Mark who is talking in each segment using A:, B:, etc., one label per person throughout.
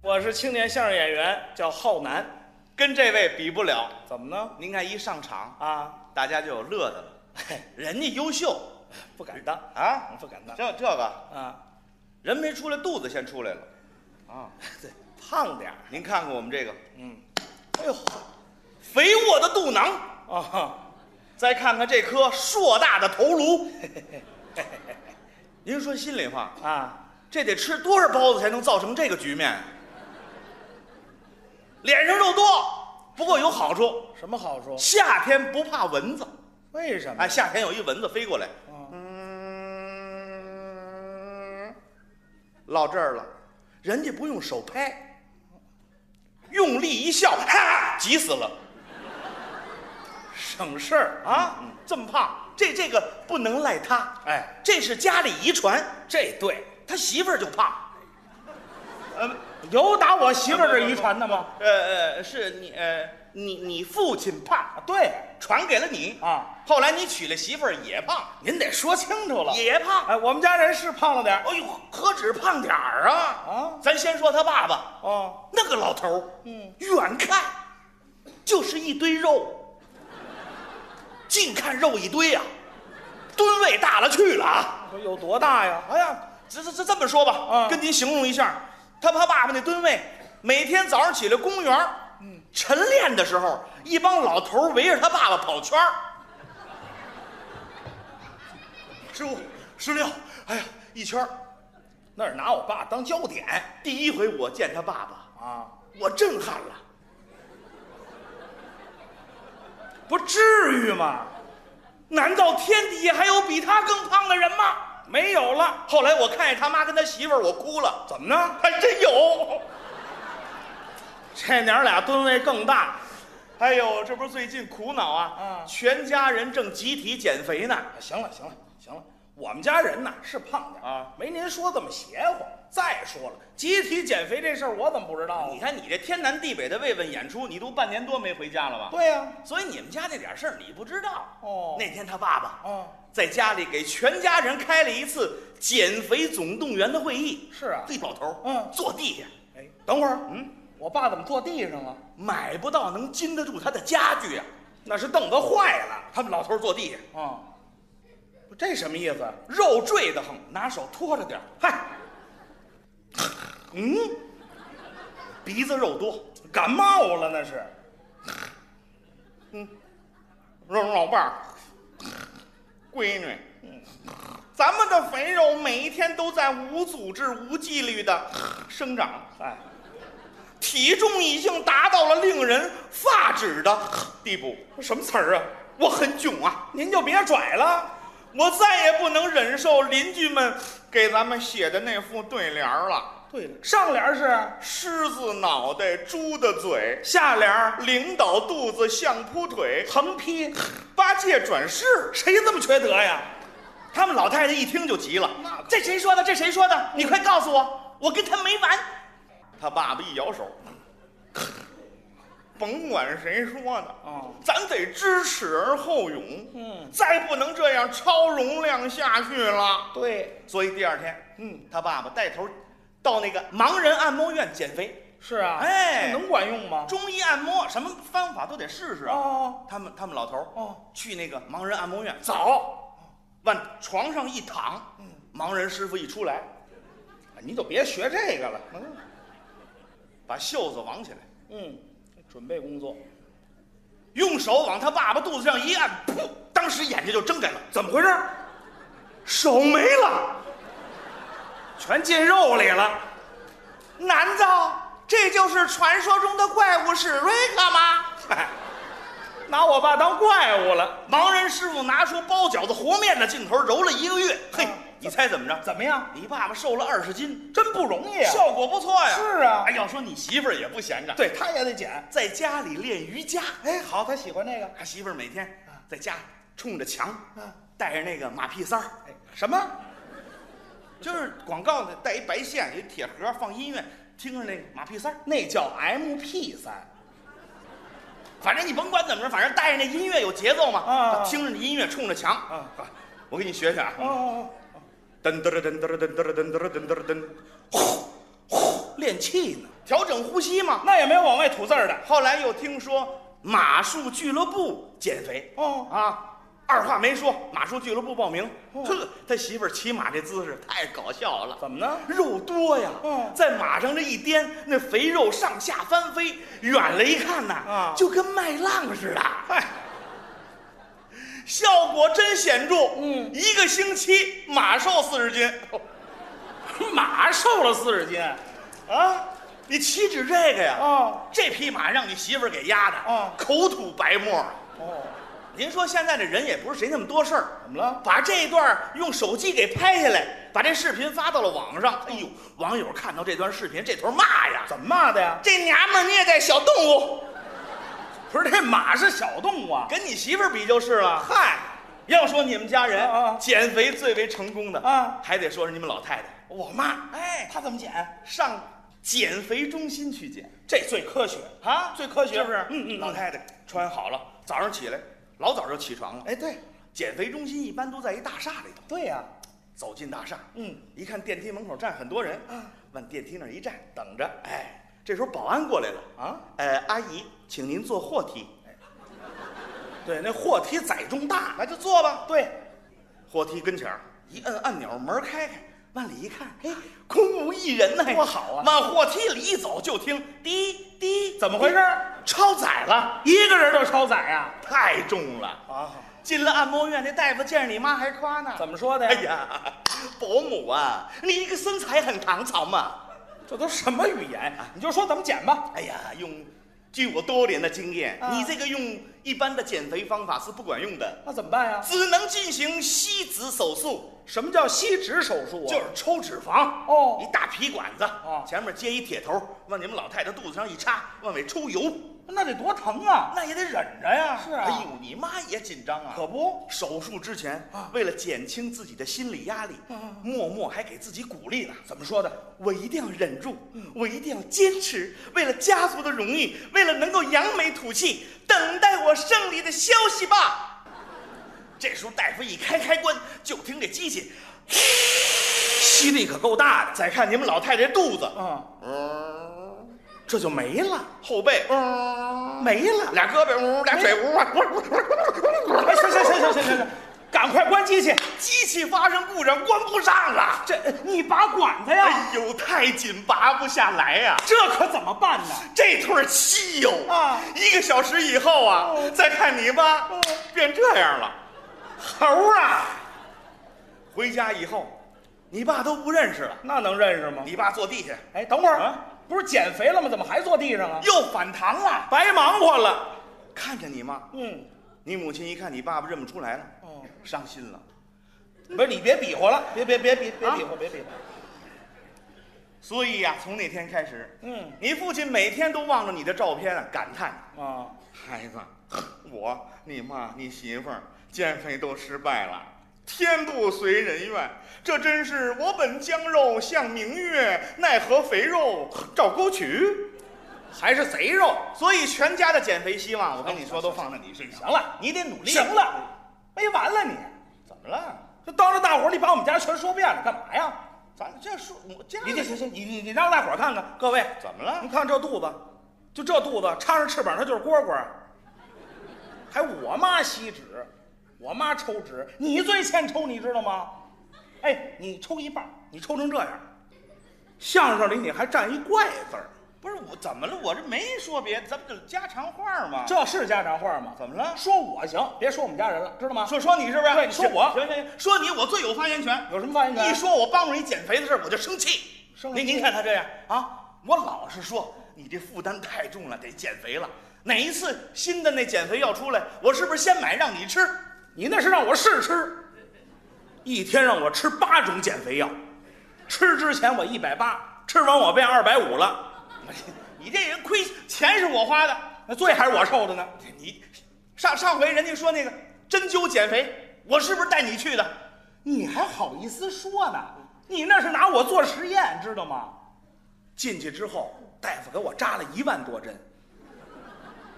A: 我是青年相声演员，叫浩南，
B: 跟这位比不了。
A: 怎么呢？
B: 您看一上场，
A: 啊，
B: 大家就有乐的了， 人家优秀
A: 不敢当，
B: 啊，
A: 不敢当
B: 这这个
A: 啊，
B: 人没出来，肚子先出来了， 啊，
A: 对，胖点儿，
B: 您看看我们这个
A: 嗯，
B: 哎呦，肥沃的肚囊，
A: 哦，
B: 再看看这颗硕大的头 颅。您说心里话，
A: 啊，
B: 这得吃多少包子才能造成这个局面？啊脸上肉多，不过有好处，
A: 什么好处？
B: 夏天不怕蚊子。
A: 为什么？
B: 哎，夏天有一蚊子飞过来，
A: 啊，
B: 嗯，落这儿了，人家不用手拍，用力一笑，哈，急死了
A: 省事儿啊，
B: 啊！这么胖，这这个不能赖他，
A: 哎，
B: 这是家里遗传，
A: 这对，
B: 他媳妇儿就胖。呃
A: 有打我媳妇儿这遗传的吗？
B: 呃呃，是你呃你你父亲
A: 啊
B: 胖，，
A: 对，
B: 传给了你
A: 啊。
B: 后来你娶了媳妇儿也胖，
A: 您得说清楚了。
B: 也胖。
A: 哎，我们家人是胖了点儿
B: 哎呦，何止胖点儿啊！
A: 啊
B: 咱先说他爸爸，
A: 哦，
B: 那个老头儿，
A: 嗯，
B: 远看就是一堆肉，近看肉一堆啊，吨位大了去了啊！
A: 说有多大呀？哎呀，
B: 这这这这么说吧，
A: 嗯
B: 跟您形容一下，他他爸爸那吨位，每天早上起来公园儿，晨练的时候，一帮老头儿围着他爸爸跑圈儿。十五、十六，哎呀，一圈儿
A: 那是拿我爸当焦点
B: 第一回我见他爸爸，
A: 啊，
B: 我震撼了。
A: 不至于吗？
B: 难道天底下还有比他更胖的人吗？
A: 没有了，
B: 后来我看见他妈跟他媳妇儿，我哭了。
A: 怎么呢？
B: 还真有！
A: 这娘俩吨位更大，
B: 哎呦，这不是最近苦恼啊？
A: 嗯哎
B: 全家人正集体减肥呢。
A: 行了，行了，行了，我们家人呐是胖点儿
B: 啊，
A: 没您说这么邪乎。再说了，集体减肥这事儿我怎么不知道啊
B: 你？看你这天南地北的慰问演出，你都半年多没回家了吧？
A: 对呀、
B: 所以你们家那点事儿你不知道。
A: 哦
B: 那天他爸爸
A: 哦，
B: 在家里给全家人开了一次减肥总动员的会议。
A: 是啊
B: 这老头儿
A: 嗯
B: 坐地下，
A: 哎，等会儿，
B: 嗯，
A: 我爸怎么坐地上了？
B: 买不到能禁得住他的家具啊。
A: 那是凳子坏了
B: 他们老头儿坐地下，
A: 啊！不这什么意思？啊
B: 肉坠得很，拿手托着点儿，
A: 嗨，
B: 嗯，鼻子肉多，
A: 感冒了那是。
B: 嗯肉老伴儿，嗯闺女，咱们的肥肉每一天都在无组织、无纪律的生长，
A: 哎，
B: 体重已经达到了令人发指的地步。
A: 什么词儿啊？
B: 我很囧啊，
A: 您就别拽了。
B: 我再也不能忍受邻居们给咱们写的那副对联儿了：
A: 对了，上联是
B: 狮子脑袋，猪的嘴，
A: 下联，
B: 领导肚子像铺腿，
A: 横批。
B: 八戒转世。
A: 谁这么缺德呀？
B: 他们老太太一听就急了
A: 那可：“
B: 这谁说的？这谁说的？你快告诉我，我跟他没完！”他爸爸一摇手：“甭管谁说的，啊
A: 哦
B: 咱得知耻而后勇。
A: 嗯，
B: 再不能这样超容量下去了。
A: 对，”
B: 所以第二天，
A: 嗯，
B: 他爸爸带头到那个盲人按摩院减肥，
A: 是啊，
B: 哎
A: 能管用吗？
B: 中医按摩什么方法都得试试啊。
A: 哦
B: 他们他们老头儿
A: 哦，
B: 去那个盲人按摩院，
A: 早，
B: 往床上一躺，
A: 嗯
B: 盲人师傅一出来。哎
A: 你就别学这个了。嗯
B: 把袖子挽起来，
A: 嗯，准备工作，
B: 用手往他爸爸肚子上一按，噗！当时眼睛就睁开了，
A: 怎么回事？
B: 手没了。
A: 全进肉里了。
B: 难道这就是传说中的怪物史瑞克吗？哎
A: 嗨，拿我爸当怪物了。
B: 盲人师傅拿出包饺子和面的劲头揉了一个月，嘿
A: 啊，
B: 你猜怎么着？
A: 怎么样？
B: 你爸爸瘦了二十斤，
A: 真不容易啊。
B: 效果不错呀。
A: 是啊
B: 哎，要说你媳妇儿也不闲着，，
A: 对，他也得减。
B: 在家里练瑜伽。
A: 哎，好，他喜欢这个。
B: 他媳妇儿每天在家冲着墙，
A: 啊
B: 带着那个马屁三儿，
A: 哎，什么？
B: 就是广告的带一白线，有一铁盒放音乐，听着那个马屁三儿。
A: 那叫 MP 三。
B: 反正你甭管怎么着，反正带着那音乐有节奏嘛，
A: 啊
B: 他听着你音乐冲着墙。
A: 啊
B: 我给你学学啊，
A: 哦哦
B: 噔噔噔噔噔噔噔噔噔噔噔噔，呼呼，练气呢。调整呼吸嘛。
A: 那也没有往外吐字儿的。
B: 后来又听说马术俱乐部减肥，
A: 哦，
B: 啊，二话没说，马术俱乐部报名。
A: 哦
B: 呵，他媳妇儿骑马这姿势太搞笑了。
A: 怎么呢？
B: 肉多呀，
A: 嗯
B: 在马上这一颠，那肥肉上下翻飞，远了一看呐，
A: 啊
B: 就跟麦浪似的，
A: 嗨，
B: 效果真显著。
A: 嗯
B: 一个星期马瘦四十斤，
A: 马瘦了四十斤。
B: 啊，你岂止这个呀？
A: 哦
B: 这匹马让你媳妇儿给压的，
A: 啊
B: 口吐白沫。啊
A: 哦，
B: 您说现在这人也不是谁那么多事儿，
A: 怎么了？
B: 把这一段儿用手机给拍下来，把这视频发到了网上。哎呦，网友看到这段视频，这头骂呀！
A: 怎么骂的呀？
B: 这娘们儿虐待小动物，
A: 不是，这马是小动物啊。
B: 跟你媳妇儿比就是了。嗨，要说你们家人
A: 啊啊
B: 减肥最为成功的
A: 啊
B: 还得说是你们老太太，我妈
A: 哎，他怎么减？
B: 上减肥中心去减
A: 这最科学。
B: 啊，
A: 最科学
B: 是不是？
A: 嗯嗯嗯
B: 老太太穿好了，早上起来老早就起床了。
A: 哎，对，
B: 减肥中心一般都在一大厦里头，
A: 对呀、
B: 走进大厦，
A: 嗯，啊
B: 一看电梯门口站很多人，往电梯那儿一站，等着。哎，这时候保安过来了，
A: 啊，哎
B: 呃，阿姨，请您坐货梯，
A: 对，那货梯载重大。
B: 那就坐吧。
A: 对，
B: 货梯跟前儿一摁按钮，门开开，往里一看，嘿，空无一人呢，
A: 多好啊
B: 往货梯里一走，就听滴滴，
A: 怎么回事？
B: 超载了，
A: 一个人都超载啊呀、
B: 太重了。
A: 啊！
B: 进了按摩院，那大夫见着你妈还夸呢，
A: 怎么说的
B: 哎
A: 呀？
B: 呀，伯母啊，你一个身材很唐朝嘛。
A: 这都什么语言？啊你就说怎么减吧。
B: 哎呀，用据我多年的经验，
A: 啊
B: 你这个用一般的减肥方法是不管用的，
A: 那怎么办呀？
B: 只能进行吸脂手术，
A: 什么叫吸脂手术啊？
B: 就是抽脂肪。
A: 哦
B: 一大皮管子，
A: 啊
B: 前面接一铁头，往你们老太太肚子上一插，往外抽油，
A: 那得多疼啊！
B: 那也得忍着呀。
A: 是啊
B: 哎呦，你妈也紧张啊。
A: 可不，
B: 手术之前
A: 啊，
B: 为了减轻自己的心理压力
A: 嗯嗯，
B: 默默还给自己鼓励了。
A: 怎么说的？
B: 我一定要忍住，我一定要坚持，为了家族的荣誉，为了能够扬眉吐气，等待我胜利的消息吧。这时候大夫一开开关，就听这机器，
A: 吸力可够大的，
B: 再看你们老太太肚子，
A: 嗯，
B: 嗯，
A: 这就没了，
B: 后背，嗯，
A: 没了。
B: 俩胳膊，嗯，俩腿，
A: 哎，
B: 嗯，
A: 行行行行行行行，赶快关机去。
B: 机器发生故障，关不上了。
A: 这呃你拔管子呀，
B: 哎呦，太紧，拔不下来呀、
A: 这可怎么办呢？
B: 这腿儿稀有
A: 啊
B: 一个小时以后啊，
A: 哦
B: 再看你妈、
A: 哦
B: 变这样了。
A: 猴啊，
B: 回家以后，你爸都不认识了。
A: 那能认识吗？
B: 你爸坐地下
A: 哎，等会儿，
B: 啊
A: 不是减肥了吗？怎么还坐地上啊？
B: 又反弹了，
A: 白忙活了。
B: 看见你妈，
A: 嗯，
B: 你母亲一看你爸爸认不出来了，
A: 哦，
B: 伤心了。
A: 不是你别比划了，别别别别别
B: 啊
A: 比划，别比划。
B: 所以呀、从那天开始，
A: 嗯
B: 你父亲每天都望着你的照片啊，感叹
A: 啊，：“
B: 孩子， 我、你妈、你媳妇儿减肥都失败了，天不随人愿，这真是我本将肉向明月，奈何肥肉照沟渠。”
A: 还是贼肉。
B: 所以全家的减肥希望，我跟你说，都放在你身上。
A: 行了，
B: 你得努力。
A: 行，了，没完了你，
B: 怎么了？
A: 这当着大伙儿你把我们家全说遍了，干嘛呀？
B: 咱这说，我这
A: 你这行行，你你你让大伙儿看看，各位，
B: 怎么了
A: 您？看这肚子，就这肚子，插上翅膀它就是蝈蝈儿。还我妈吸脂，我妈抽脂，你最欠抽，你知道吗？哎，你抽一半儿，你抽成这样，相声里你还占一怪字儿，
B: 不是我怎么了？我这没说别的，咱们就家常话嘛。
A: 这是家常话吗？
B: 怎么了？
A: 说我行，别说我们家人了，知道吗？
B: 说说你是不是？
A: 对你说我
B: 行行行，说你我最有发言权。
A: 有什么发言权？
B: 一说我帮助你减肥的事儿，我就生气。
A: 生
B: 您
A: 气
B: 您看他这样啊，我老是说你这负担太重了，得减肥了。哪一次新的那减肥药出来，我是不是先买让你吃？
A: 你那是让我试吃，一天让我吃八种减肥药，吃之前我一百八，吃完我变二百五了，
B: 你这人亏钱是我花的，
A: 那罪还是我受的呢。
B: 你上上回人家说那个针灸减肥，我是不是带你去的？
A: 你还好意思说呢？你那是拿我做实验，知道吗？进去之后，大夫给我扎了一万多针，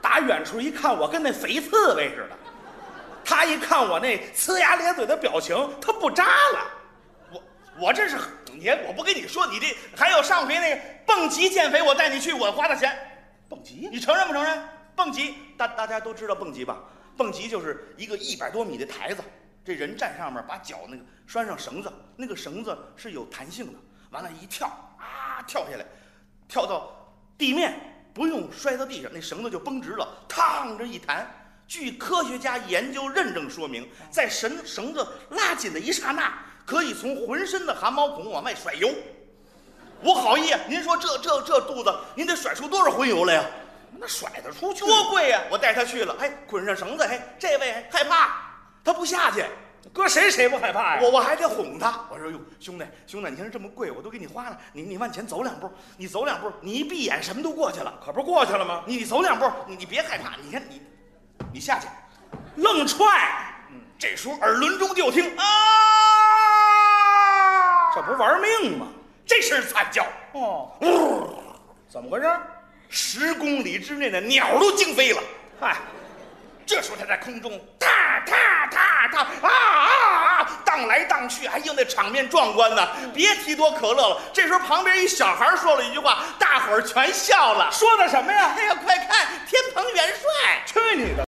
A: 打远处一看，我跟那肥刺猬似的。他一看我那呲牙咧嘴的表情，他不扎了。
B: 我我这是你，我不跟你说，你这还有上回那个蹦极减肥，我带你去，我花的钱，
A: 蹦极
B: 你承认不承认？蹦极，大大家都知道蹦极吧？蹦极就是一个一百多米的台子，这人站上面，把脚那个拴上绳子，那个绳子是有弹性的，完了，一跳啊，跳下来，跳到地面，不用摔到地上，那绳子就绷直了，烫着一弹。据科学家研究认证说明，在绳绳子拉紧的一刹那，可以从浑身的汗毛孔往外甩油。我好意，您说这这这肚子，您得甩出多少荤油来呀、
A: 那甩得出去？
B: 多贵呀、我带他去了，哎，捆上绳子，哎，这位害怕，他不下去，
A: 搁谁谁不害怕呀？
B: 我我还得哄他。我说哟，兄弟，兄弟，你看这么贵，我都给你花了，你你往前走两步，你走两步，你一闭眼什么都过去了。
A: 可不是过去了吗？
B: 你你走两步，你你别害怕，你看你，你下去。
A: 愣踹，
B: 这时候耳轮中就听啊，
A: 这不是玩命吗？
B: 这声惨叫，
A: 哦，怎么回事？
B: 十公里之内的鸟都惊飞了。
A: 嗨，
B: 这时候他在空中踏踏踏踏啊啊啊，荡来荡去，哎呦那场面壮观呐！别提多可乐了。这时候旁边一小孩说了一句话，大伙儿全笑了。
A: 说的什么呀？
B: 哎呀，快看，天蓬元帅！
A: 去你的！